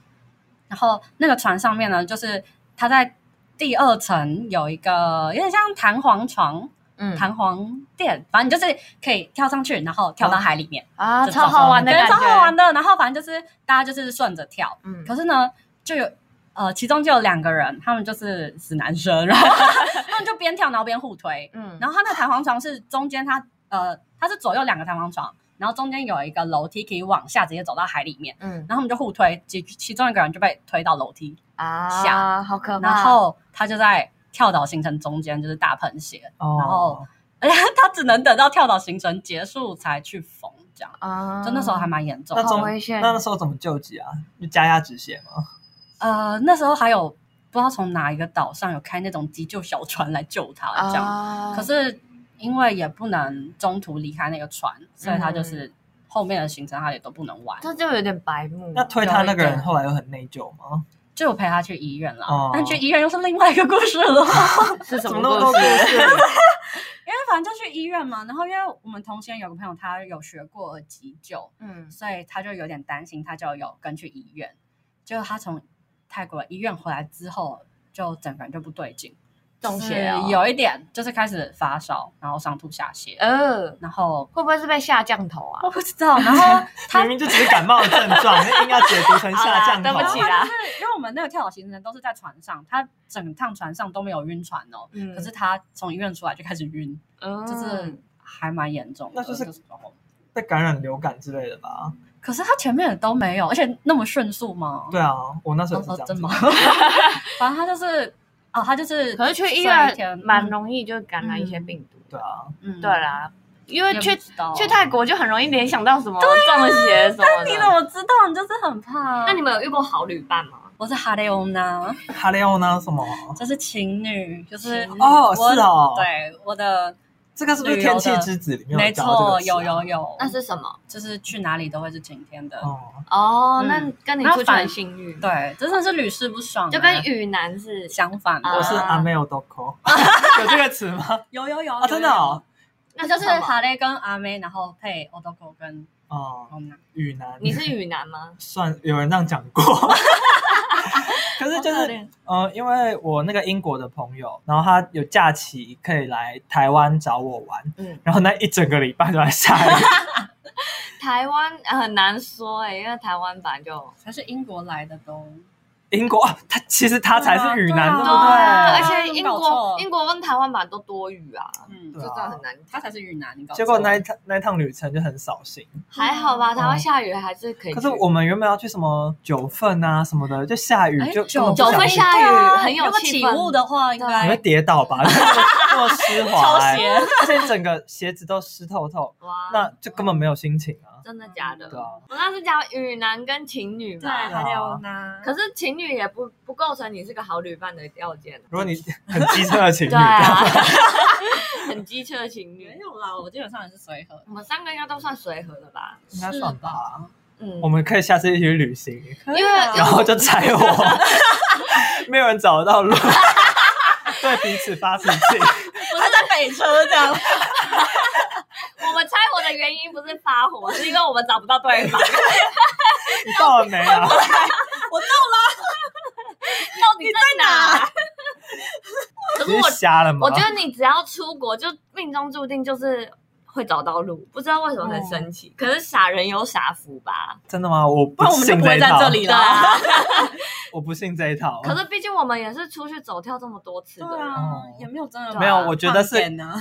然后那个船上面呢，就是它在第二层有一个有点像弹簧床、嗯弹簧垫，反正就是可以跳上去，然后跳到海里面，啊，这超种好玩的对感觉，超好玩的。然后反正就是大家就是顺着跳，嗯可是呢，就有呃，其中就有两个人，他们就是死男生，然后 他们就边跳然后边互推，嗯，然后他那个弹簧床是中间它呃，它是左右两个弹簧床，然后中间有一个楼梯可以往下直接走到海里面，嗯然后他们就互推，其其中一个人就被推到楼梯，啊，下好可怕。然后他就在跳岛行程中间就是大喷血， 然哦后，而且他只能等到跳岛行程结束才去缝，这样，啊，就那时候还蛮严重那的。好中危险那那时候怎么救急啊？就加压止血吗？呃，那时候还有不知道从哪一个岛上有开那种急救小船来救他，这样。啊，可是因为也不能中途离开那个船，所以他就是后面的行程他也都不能玩。他就有点白目。那推他那个有一人点后来有很内疚吗？就我陪他去医院啦，哦但去医院又是另外一个故事了。是什怎么么那么多故故事？事？ 因为 反正就去医院嘛，然后因为我们同行有个朋友他有学过急救，嗯，所以他就有点担心，他就有跟去医院。结果他从泰国医院回来之后，就整个人就不对劲，中邪啊就是有一点就是开始发烧，然后上吐下泻，呃，然后哦会不会是被下降头啊？我不知道，然后他明明就只是感冒的症状，硬要解读成下降头。好啦对不起然啦后他就是因为我们那个跳岛行程都是在船上，他整趟船上都没有晕船哦，嗯可是他从医院出来就开始晕，嗯就是还蛮严重的。那就是这时候被感染流感之类的吧？可是他前面也都没有，而且那么迅速吗？对啊，我那时候哦，也是哦，这样真子吗。？ 反正他就是，哦，他就是，可是去睡一医天院蛮嗯容易就感染一些病毒。对啊，嗯对，啦，因为也不去知道去泰国就很容易联想到什么中邪什么你怎的。么知道？你就是很怕。啊那你们有遇过好旅伴吗？我是哈雷欧娜，哈利欧呢？什么？就是情侣，就是情侣哦，我是哦，，对我的这个是不是《天气之子》里面没有讲到错，这有个词啊有有，那是什么？就是去哪里都会是晴天的。哦，哦，嗯那跟你那出去反很幸运，对，真的是屡试不爽啊、就跟雨男是相反的。啊我是阿妹有 d o k o 有这个词吗？有有有啊，真的哦，，那那就是是什么哈雷跟阿妹，然后配 o d o k o 跟哦，欧娜。雨男， 你是雨男吗？算有人这样讲过。可是就好可是怜呃，因为我那个英国的朋友，然后他有假期可以来台湾找我玩，嗯，然后那一整个礼拜都在下雨。台湾呃很难说哎，因为台湾版就还是英国来的都英国，啊他其实他才是雨男，对对啊啊而不对？且英搞错国英国跟台湾版都多雨啊，嗯就对啊真的很难讲。他才是云南，你搞哎结果那一趟那一趟旅程就很扫兴。还好吧，台湾下雨还是可以去。嗯可是我们原本要去什么九份啊什么的，就下雨哎就根本不九想份去下雨很有有气起氛雾的话，应你会该跌倒吧？ 那么湿滑、超欸，鞋而且整个鞋子都湿透 透，哇，那就根本没有心情啊。真的假的？对啊，我那是讲雨男跟情侣嘛，还有呢可是情侣也不不构成你是个好旅伴的要件。啊如果你 很机车的情侣，对啊，很机车的情没侣，有啦，我基本上也是随和，我们三个应该都算随和的吧？应该算吧。嗯我，们可以下次一起去旅行，因因为然后就踩我，没有人找得到路，对彼此发脾气。 不是在北车这 样，我们拆火的原因不是发火，是因为我们找不到对 方。你到了没啊？到底在哪？可是你我是瞎了吗？我觉得你只要出国，就命中注定就是会找到路，不知道为什么很神哦奇。可是傻人有傻福吧？真的吗？我不不然我们就信不这会一在套，这里对了。啊，我不信这一套。可是毕竟我们也是出去走跳这么多次的人，啊哦也没有真的没有把我觉得是胖点 呢。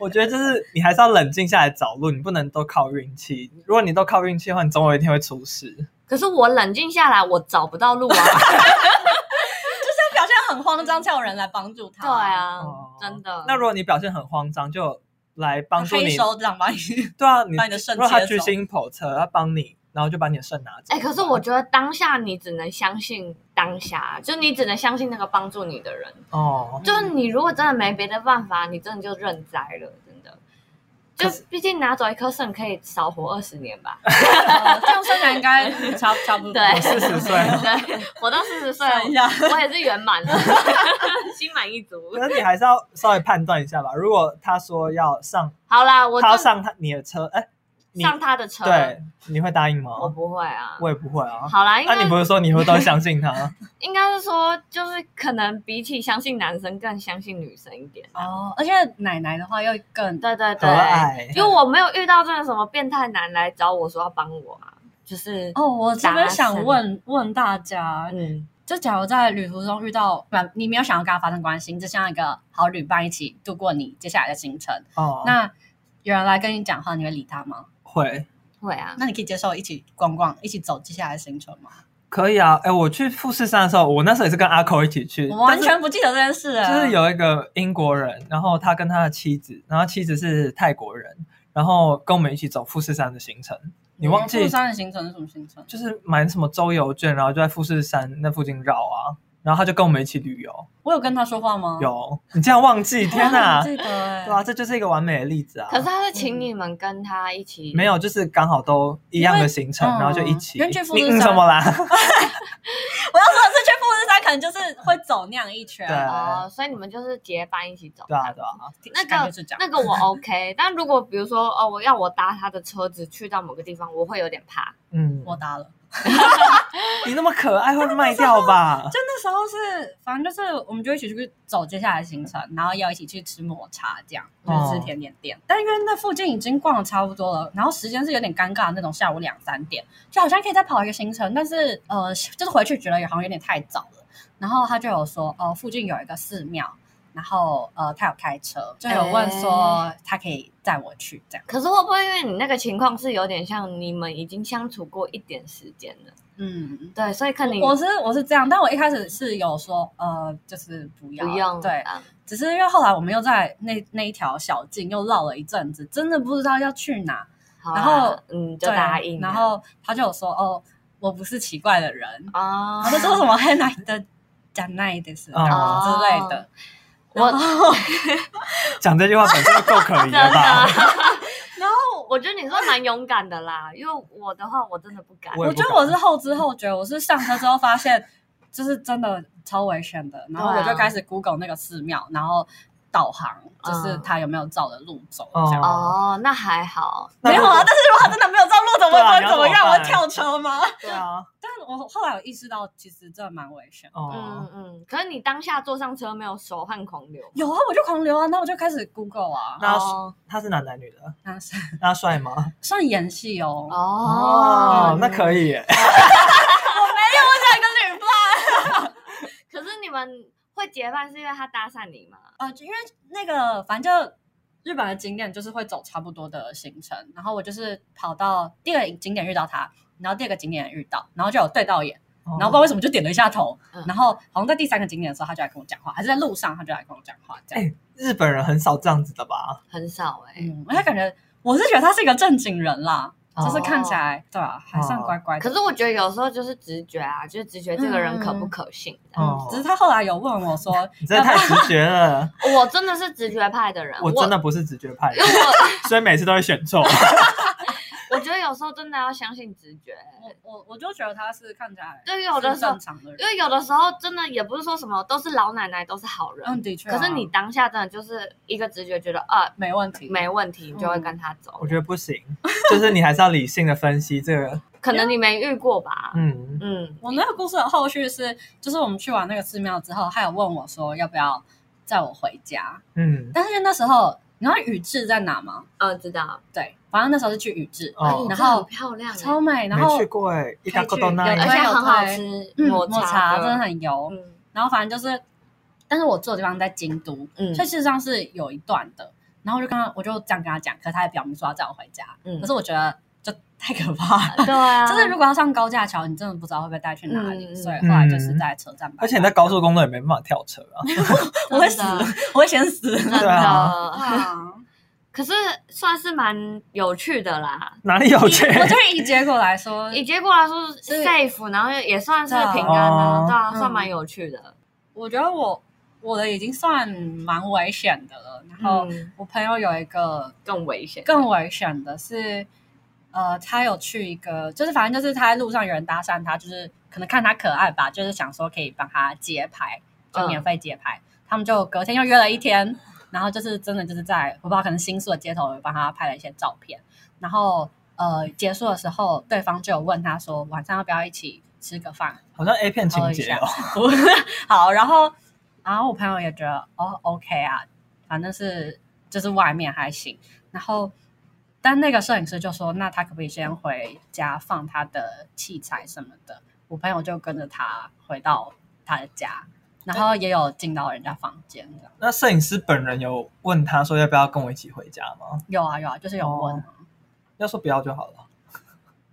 我觉得就是你还是要冷静下来找路，你不能都靠运气。如果你都靠运气的话，你总有一天会出事。可是我冷静下来，我找不到路 啊。他表现得很慌张，才有人来帮助他。对，啊，哦真的。那如果你表现很慌张，就来帮助黑你。手掌帮你。对啊，你把你的肾如果他切居走心叵测，他帮你，然后就把你的肾拿走。哎、可是我觉得当下你只能相信当下，就你只能相信那个帮助你的人。哦，就是你如果真的没别的办法，你真的就认栽了，真的。就可是毕竟拿走一颗肾可以少活二十年 吧，呃这样生涯应该差不差不多。对我 四十岁了， 对，活到四十岁，算一下，我也是圆满 了，心满意足。可是你还是要稍微判断一下吧。如果他说要上，好啦，我他要就上他你的车，哎，你上他的车，对，你会答应吗？我不会啊。我也不会啊。好啦，应那、该、你不是说你会都相 信他？应该是说，就是可能比起相信男生，更相信女生一点。哦，而且奶奶的话又更对对可对，爱，因为我没有遇到真的什么变态男来找我说要帮我啊，就是、哦，我这打边死想问问大家，嗯，就假如在旅途中遇到，不，你没有想要跟他发生关系，你只想要一个好旅伴一起度过你接下来的行程。哦，那有人来跟你讲话，你会理他吗？会会啊，那你可以接受一起逛逛，一起走接下来的行程吗？可以啊。哎，我去富士山的时候，我那时候也是跟阿口一起去，我完全不记得这件事但啊，是就是有一个英国人，然后他跟他的妻子，然后妻子是泰国人，然后跟我们一起走富士山的行程。你忘记富嗯山的行程是什么行程？就是买什么周游券，然后就在富士山那附近绕啊，然后他就跟我们一起旅游。我有跟他说话吗？有你竟然忘记？天哪，哪！记得哎、对啊，这就是一个完美的例子啊。可是他是请你们跟他一起，没有，就是刚好都一样的行程，因为然后就一起。嗯因为去富你士山嗯什么啦？ 我要说的是去富士山，可能就是会走那样一圈，对哦，所以你们就是结伴一起走。对啊，对啊。那个感觉是这样。那个我 OK，但 如果比如说哦，我要我搭他的车子去到某个地方，我会有点怕。嗯，我搭了，你那么可爱，会卖掉 吧？就那时候是，反正就是我们就一起去走接下来的行程，然后要一起去吃抹茶，这样就是吃甜点店。但因为那附近已经逛的差不多了，然后时间是有点尴尬的那种，下午两三点，就好像可以再跑一个行程，但是呃，就是回去觉得好像有点太早了。然后他就有说，呃，附近有一个寺庙，然后呃，他有开车，就有问说他可以载我去这样。可是会不会因为你那个情况是有点像你们已经相处过一点时间了？嗯，对，所以可能我是我是这样，但我一开始是有说，呃，就是不要，不用对，啊只是因为后来我们又在那那一条小径又绕了一阵子，真的不知道要去哪，好啊然后嗯就对答应了，然后他就有说，哦，我不是奇怪的人，哦，他就说什么很难的讲那的事哦之类的，我讲这句话本身就够可疑真了的吧？ 然后我觉得你算蛮勇敢的啦，因为我的话我真的不敢。我也我不觉得敢我是后知后觉，我是上车之后发现，就是真的超危险的。然后对我啊就开始 Google 那个寺庙，然后导航，就是嗯他有没有照着路走这样。哦，那还好，那没有啊，但是如果他真的没有照路，怎么对啊办？你要怎怎么么让我办跳车吗？对啊， 但我后来有意识到，其实真的蛮危险。嗯哦，嗯。可是你当下坐上车没有手汗狂流？有啊，我就狂流啊，那我就开始 Google 啊，那哦他是男男女的？那是那他帅吗？算演戏哦。哦，那可以耶。我没有，我想一个女伴可是你们会结伴是因为他搭讪你吗？啊，就因为那个反正就日本的景点就是会走差不多的行程，然后我就是跑到第一个景点遇到他，然后第二个景点遇到，然后就有对到眼，然后不知道为什么就点了一下头，嗯然后好像在第三个景点的时候他就来跟我讲话，还是在路上他就来跟我讲话这样。哎日本人很少这样子的吧？很少哎、嗯，而且感觉我是觉得他是一个正经人啦，哦就是看起来对啊，还算乖乖的。可是我觉得有时候就是直觉啊，就是直觉这个人可不可信。嗯嗯，只是他后来有问我 说，你真的太直觉 了，我真的是直觉派的人，我我真的不是直觉派因为的， 所以每次都会选 错。我我觉得有时候真的要相信直觉，我我我就觉得他是看起来对，有的是时候正，常的因人，为有的时候真的也不是说什么都是老奶奶都是好人，嗯，的确啊、可是你当下真的就是一个直觉，觉得啊没问题，嗯没问题，你就会跟他走。 我觉得不行，就是你还是要理性的分析这个可能你没遇过吧？嗯，嗯，我那个故事的后续是，就是我们去完那个寺庙之后，他有问我说要不要载我回家，嗯，但是那时候你知道宇治在哪吗？哦，知道。对，反正那时候是去宇治，哦，哎然后这很漂亮欸，超美，然后没去过哎，一大口都可以去而有那且推有很好推吃，嗯抹抹茶真的的，很油，嗯然后反正就是，但是我住的地方在京都，嗯所以事实上是有一段的。然后我就跟他，我就这样跟他讲，可是他也表明说要载我回家。嗯可是我觉得就太可怕了， 对 啊，就是如果要上高架桥，你真的不知道会被带去哪里。嗯所以后来就是嗯在车站拜拜，而且你在高速公路也没办法跳车 啊，我会死 真的，我会先死。 真对啊的，可是算是蛮有趣的啦。哪里有去？ 我就以结果来说，以结果来说是是 safe，然后也算是嗯对啊平安啊，哦对啊，嗯算蛮有趣的。我觉得我我的已经算蛮危险的了。然后嗯，我朋友有一个更危险，更危险的是，呃，他有去一个，就是反正就是他在路上有人搭讪他，就是可能看他可爱吧，就是想说可以帮他街拍，就嗯免费街拍。他们就隔天又约了一天，然后就是真的就是在我不知道可能新宿的街头有帮他拍了一些照片，然后呃结束的时候，对方就有问他说晚上要不要一起吃个饭，好像 A 片情喝一节下哦，。 好，然后然后我朋友也觉得哦 OK 啊，反正是就是外面还行。然后但那个摄影师就说，那他可不可以先回家放他的器材什么的？我朋友就跟着他回到他的家，然后也有进到人家房间这样。那摄影师本人有问他说要不要跟我一起回家吗？有啊有啊，就是有问哦啊、要说不要就好了。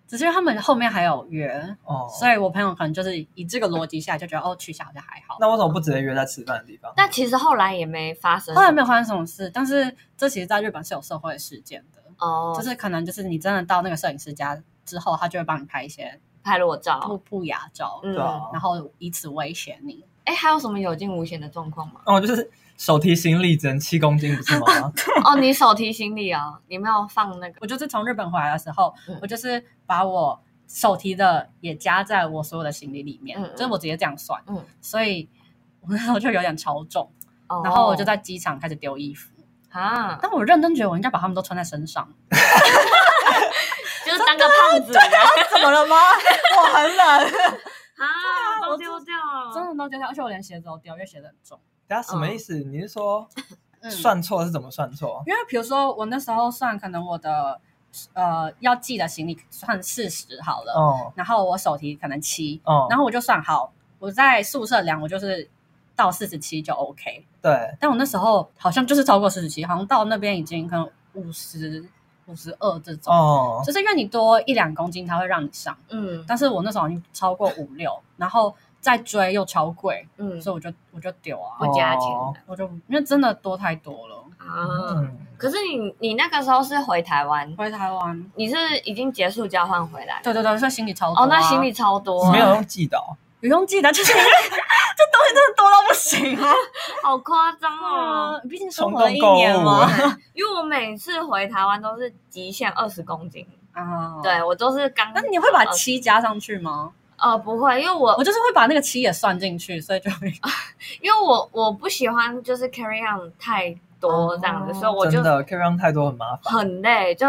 只是他们后面还有约。哦，所以我朋友可能就是以这个逻辑下就觉得哦，取消就还好。那为什么不直接约在吃饭的地方？但其实后来也没发生，后来没有发生什么事，但是这其实在日本是有社会事件的。哦，就是可能就是你真的到那个摄影师家之后，他就会帮你拍一些拍裸不照。不雅照，哦嗯对啊，？然后以此威胁你。哎，还有什么有惊无险的状况吗哦，就是手提行李只能七公斤，不是吗？哦，你手提行李啊，你没有放那个我就是从日本回来的时候，嗯我就是把我手提的也加在我所有的行李里面，嗯嗯就是我直接这样算，嗯所以我那时候就有点超重，哦，然后我就在机场开始丢衣服，啊，但我认真觉得我应该把他们都穿在身上，就是当个胖子啊， 怎么了吗？ 我很冷，都我丢掉了，真的都丢掉，而且我连鞋子都丢，因为鞋子很重。等下什么意思？你是说嗯算错是怎么算错？因为比如说我那时候算，可能我的呃要寄的行李算四十好了，哦然后我手提可能七、哦，呃然后我就算好，我在宿舍量我就是到四十七就 OK，对，但我那时候好像就是超过四十七，好像到那边已经可能五十五十二这种。哦，就是因为你多一两公斤，它会让你上。嗯但是我那时候已经超过五六，然后再追又超贵，嗯，所以我就我就丢啊，不加钱哦我就因为真的多太多了。呃啊。嗯，可是你你那个时候是回台湾，回台湾你是已经结束交换回来？对对对，所以行李超多、啊哦，那行李超多啊，没有用寄的哦，不用记得，就是 这东西真的多到不行啊！好夸张哦。啊啊，毕竟生冲活了动一购年嘛物。，啊 因为我每次回台湾都是极限二十公斤，啊，。对我都是刚。那你会把七加上去吗？呃不会，因为我我就是会把那个七也算进去，所以就会哦因为我我不喜欢就是 carry on 太多这样子，哦所以我就真的可以让太多很麻烦。很累，就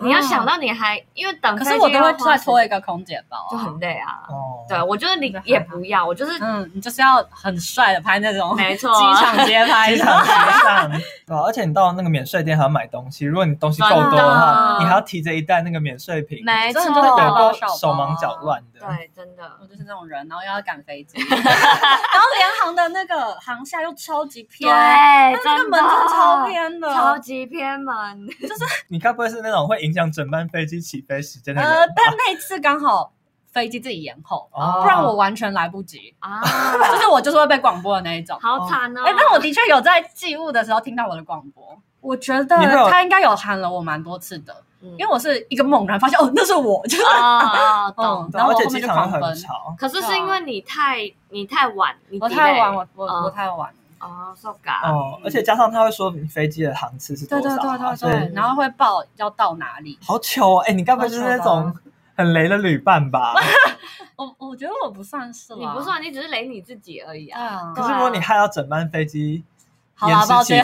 你要想到你还因为等可飞机是我都会要花再时拖一个空姐包、就很累啊。哦，对，我就是你也不要，我就是嗯，你就是要很帅的拍那种没错机场街拍 机场街上，对啊而且你到那个免税店还要买东西，如果你东西够多的真话，的你还要提着一袋那个免税品， 没错，真的就是有大包够小包手忙脚乱的。对，真的 我就是那种人，然后又要赶飞机， 然后联航的那个航厦又超级偏，对，那个真的门真的超，偏的，超级偏门，你该不会是那种会影响整班飞机起飞时间的呃人，吧？但那一次刚好飞机自己延后，哦不然我完全来不及， 啊，就是我就是会被广播的那一种。好惨哦！哎、但我的确有在寄物的时候听到我的广播，我觉得你会有他应该有喊了我蛮多次的，因因为我是一个猛然发现哦，那是我，就是、啊，懂嗯。对然后而我且后机面就场狂又很奔吵，可是是因为你太你太晚，你啊我太晚，了我我、嗯我太晚了。哦，so ga，哦，而且加上他会说你飞机的航次是多啊嗯对对少对啊，对所以对，然后会报要到哪里。好糗哦！哎，你该不会就是那种很雷的旅 伴吧？嗯我我觉得我不算是啦，啊你不算，你只是雷你自己而已对啊。啊对可是如果你害到整班飞机好掩啦，饰抱气歉。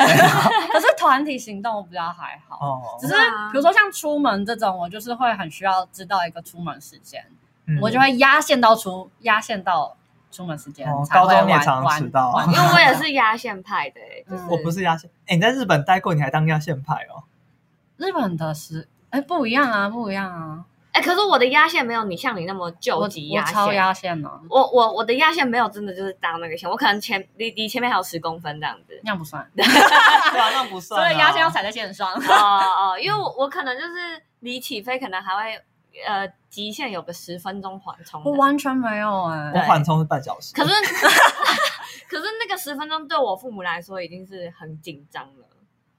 氛可是团体行动我比较还好，哦，只是对啊比如说像出门这种，我就是会很需要知道一个出门时间，嗯我就会压线到出压线到出门时间哦才会高中玩你也常玩迟到啊玩因为我也是压线派的、 欸，就是我不是压线。哎，你在日本待过，你还当压线派 哦？日本的时，哎，不一样啊，不一样啊，哎、可是我的压线没有你像你那么我救急我压超线。压线呢，我我我的压线没有真的就是当那个线，我可能前离离前面还有十公分这样子。那样不算，对啊，那不算啊。所以压线要踩在线上。哦哦，因为我我可能就是离起飞可能还会呃极限有个十分钟缓冲我的，完全没有哎、我缓冲是半小时。可 是可是那个十分钟对我父母来说已经是很紧张了。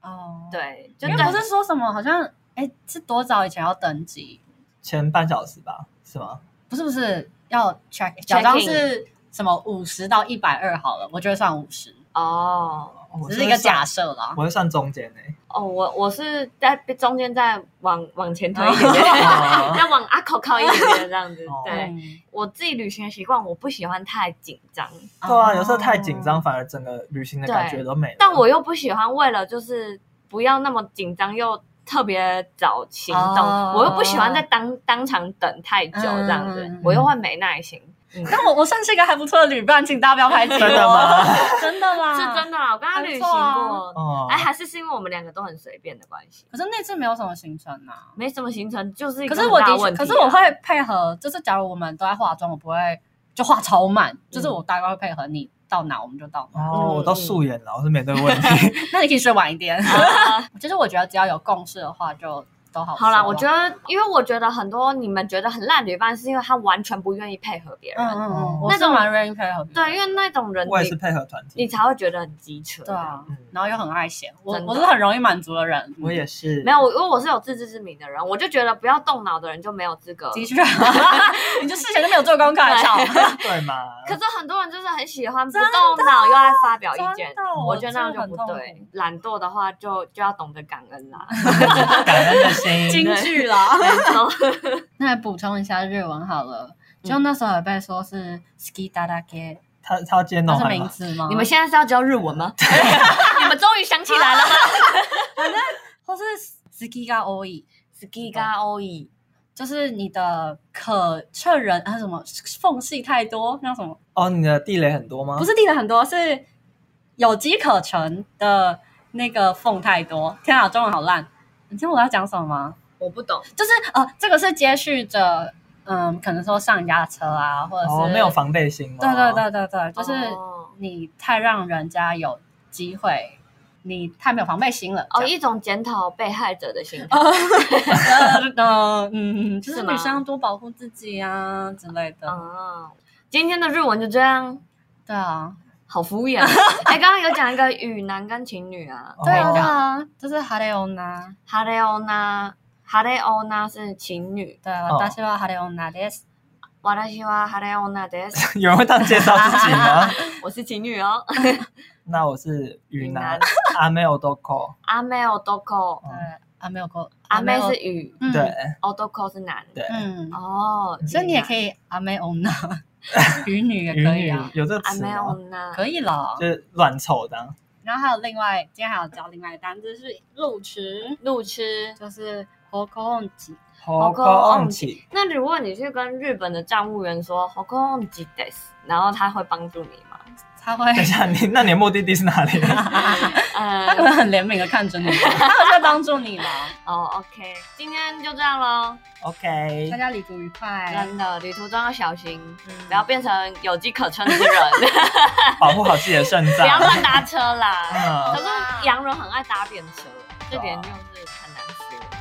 哦，，对，就因为对不是说什么好像哎、是多早以前要登记？前半小时吧，是吗？不是不是要 check，假装是什么五十到一百二好了，我就会算五十，哦我只是一个假设啦。我会算中间 欸诶。哦，我我是在中间再往往前推一点点，哦再往阿口靠一点点这样子哦。对，我自己旅行的习惯，我不喜欢太紧张，嗯对啊，有时候太紧哦张，，反而整个旅行的感觉都没了。但我又不喜欢为了就是不要那么紧张又特别早行动，哦我又不喜欢在当当场等太久这样子，嗯我又会没耐心。嗯 但我我算是一个还不错的旅伴，请大家不要排挤我。 真的吗？ 真的啦，是真的。的啦，我跟他还不旅行错啊过，哦哎、，还是是因为我们两个都很随便的关系，可是那次没有什么行程啊。没什么行程，就是一可个是我很大的的问确，题、啊可是我，会配合，就是假如我们都在化妆，我不会就化超嗯慢，就是我大概会配合你到哪我们就到哪。 哦，我都素颜了，我是没这个问题。那你可以睡晚一 点。呃、就是我觉得只要有共识的话，就都好说。哦好啦，我觉得，因为我觉得很多你们觉得很烂的旅伴，是因为他完全不愿意配合别人，嗯嗯哦嗯，我是那种蛮愿意配合别人。对，因为那种人我也是你配合团体，你才会觉得很机车，对啊嗯，然后又很爱闲，我真的我是很容易满足的人，我也嗯是。没有，我因为我是有自知之明的人，我就觉得不要动脑的人就没有资格。的确，啊 你就事前都没有做功课，对操， 对嘛？可是很多人就是很喜欢不动脑又爱发表意见啊真的，我觉得那样我真的就很不痛苦对。懒惰的话就就要懂得感恩啊啦。感恩 的心，京剧 啦。然后那来补充一下日文好了，就那时候有被说是 ski da da ge，他他要接那弄是还名吗？字吗？你们现在是要教日文 吗？你们终于想起来了吗或是 ski ga o i， ？Ski ga oi，就是你的可测人啊什么缝隙太多，那什么哦，你的地雷很多吗？不是地的很多，是有机可乘的那个缝太多。天啊，中文好烂！你听我要讲什么吗？我不懂。就是呃，这个是接续着，嗯，可能说上压车啊，或者是、哦，没有防备心吗？对对对对对，就是哦你太让人家有机会，你太没有防备心了。哦，这样哦一种检讨被害者的心态。 呃嗯，就是是吗女生要多保护自己啊之类的。哦，今天的日文就这样，对啊，好敷 衍。哎，刚刚有讲一个雨男跟情侣啊，哦对啊，就是哈雷欧娜，哈雷欧娜，哈雷欧娜是情侣。对啊，哦大西は哈雷欧娜です。私は晴れ女 です。有人会这样介绍自己吗？我是情侣哦。那我是云南云南阿妹 Odoko，阿妹 odoko，对啊，没有过阿妹是雨嗯对， ，odoko 是男。对嗯，哦，所以你也可以以阿妹欧 娜，鱼女也云可以女啊，有这个阿词妹吗？女。可以了就。是乱凑的啊，然后还有另外，今天还有教另外一个单字是路痴，路痴。就是 h o k o n j 好高昂起，那如果你去跟日本的站务员说 “hokon j i d e s 然后他会帮助你吗？他 会等一下，你那你的目的地是哪里？啊他 可能呃，很怜悯的看着 你，他会帮助你了。哦，OK，今天就这样喽。 OK，大家旅途愉哎快，真的，旅途中要小心，嗯不要变成有机可乘的人， 保护好自己的肾不脏。要乱搭 车啦。可嗯是洋人很爱搭便车，这点就是很难说。啊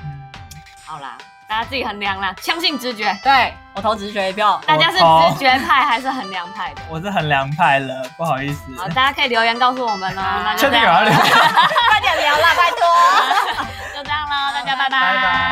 好啦，大家自己衡量啦，相信直觉，对我投直觉一票，大家是投直觉派还是衡量派的？我是很凉派了，不好意思。好，大家可以留言告诉我们哦。 那就确这定有啊样要了聊？快点聊啦，拜托。就这样了，大家拜拜拜。拜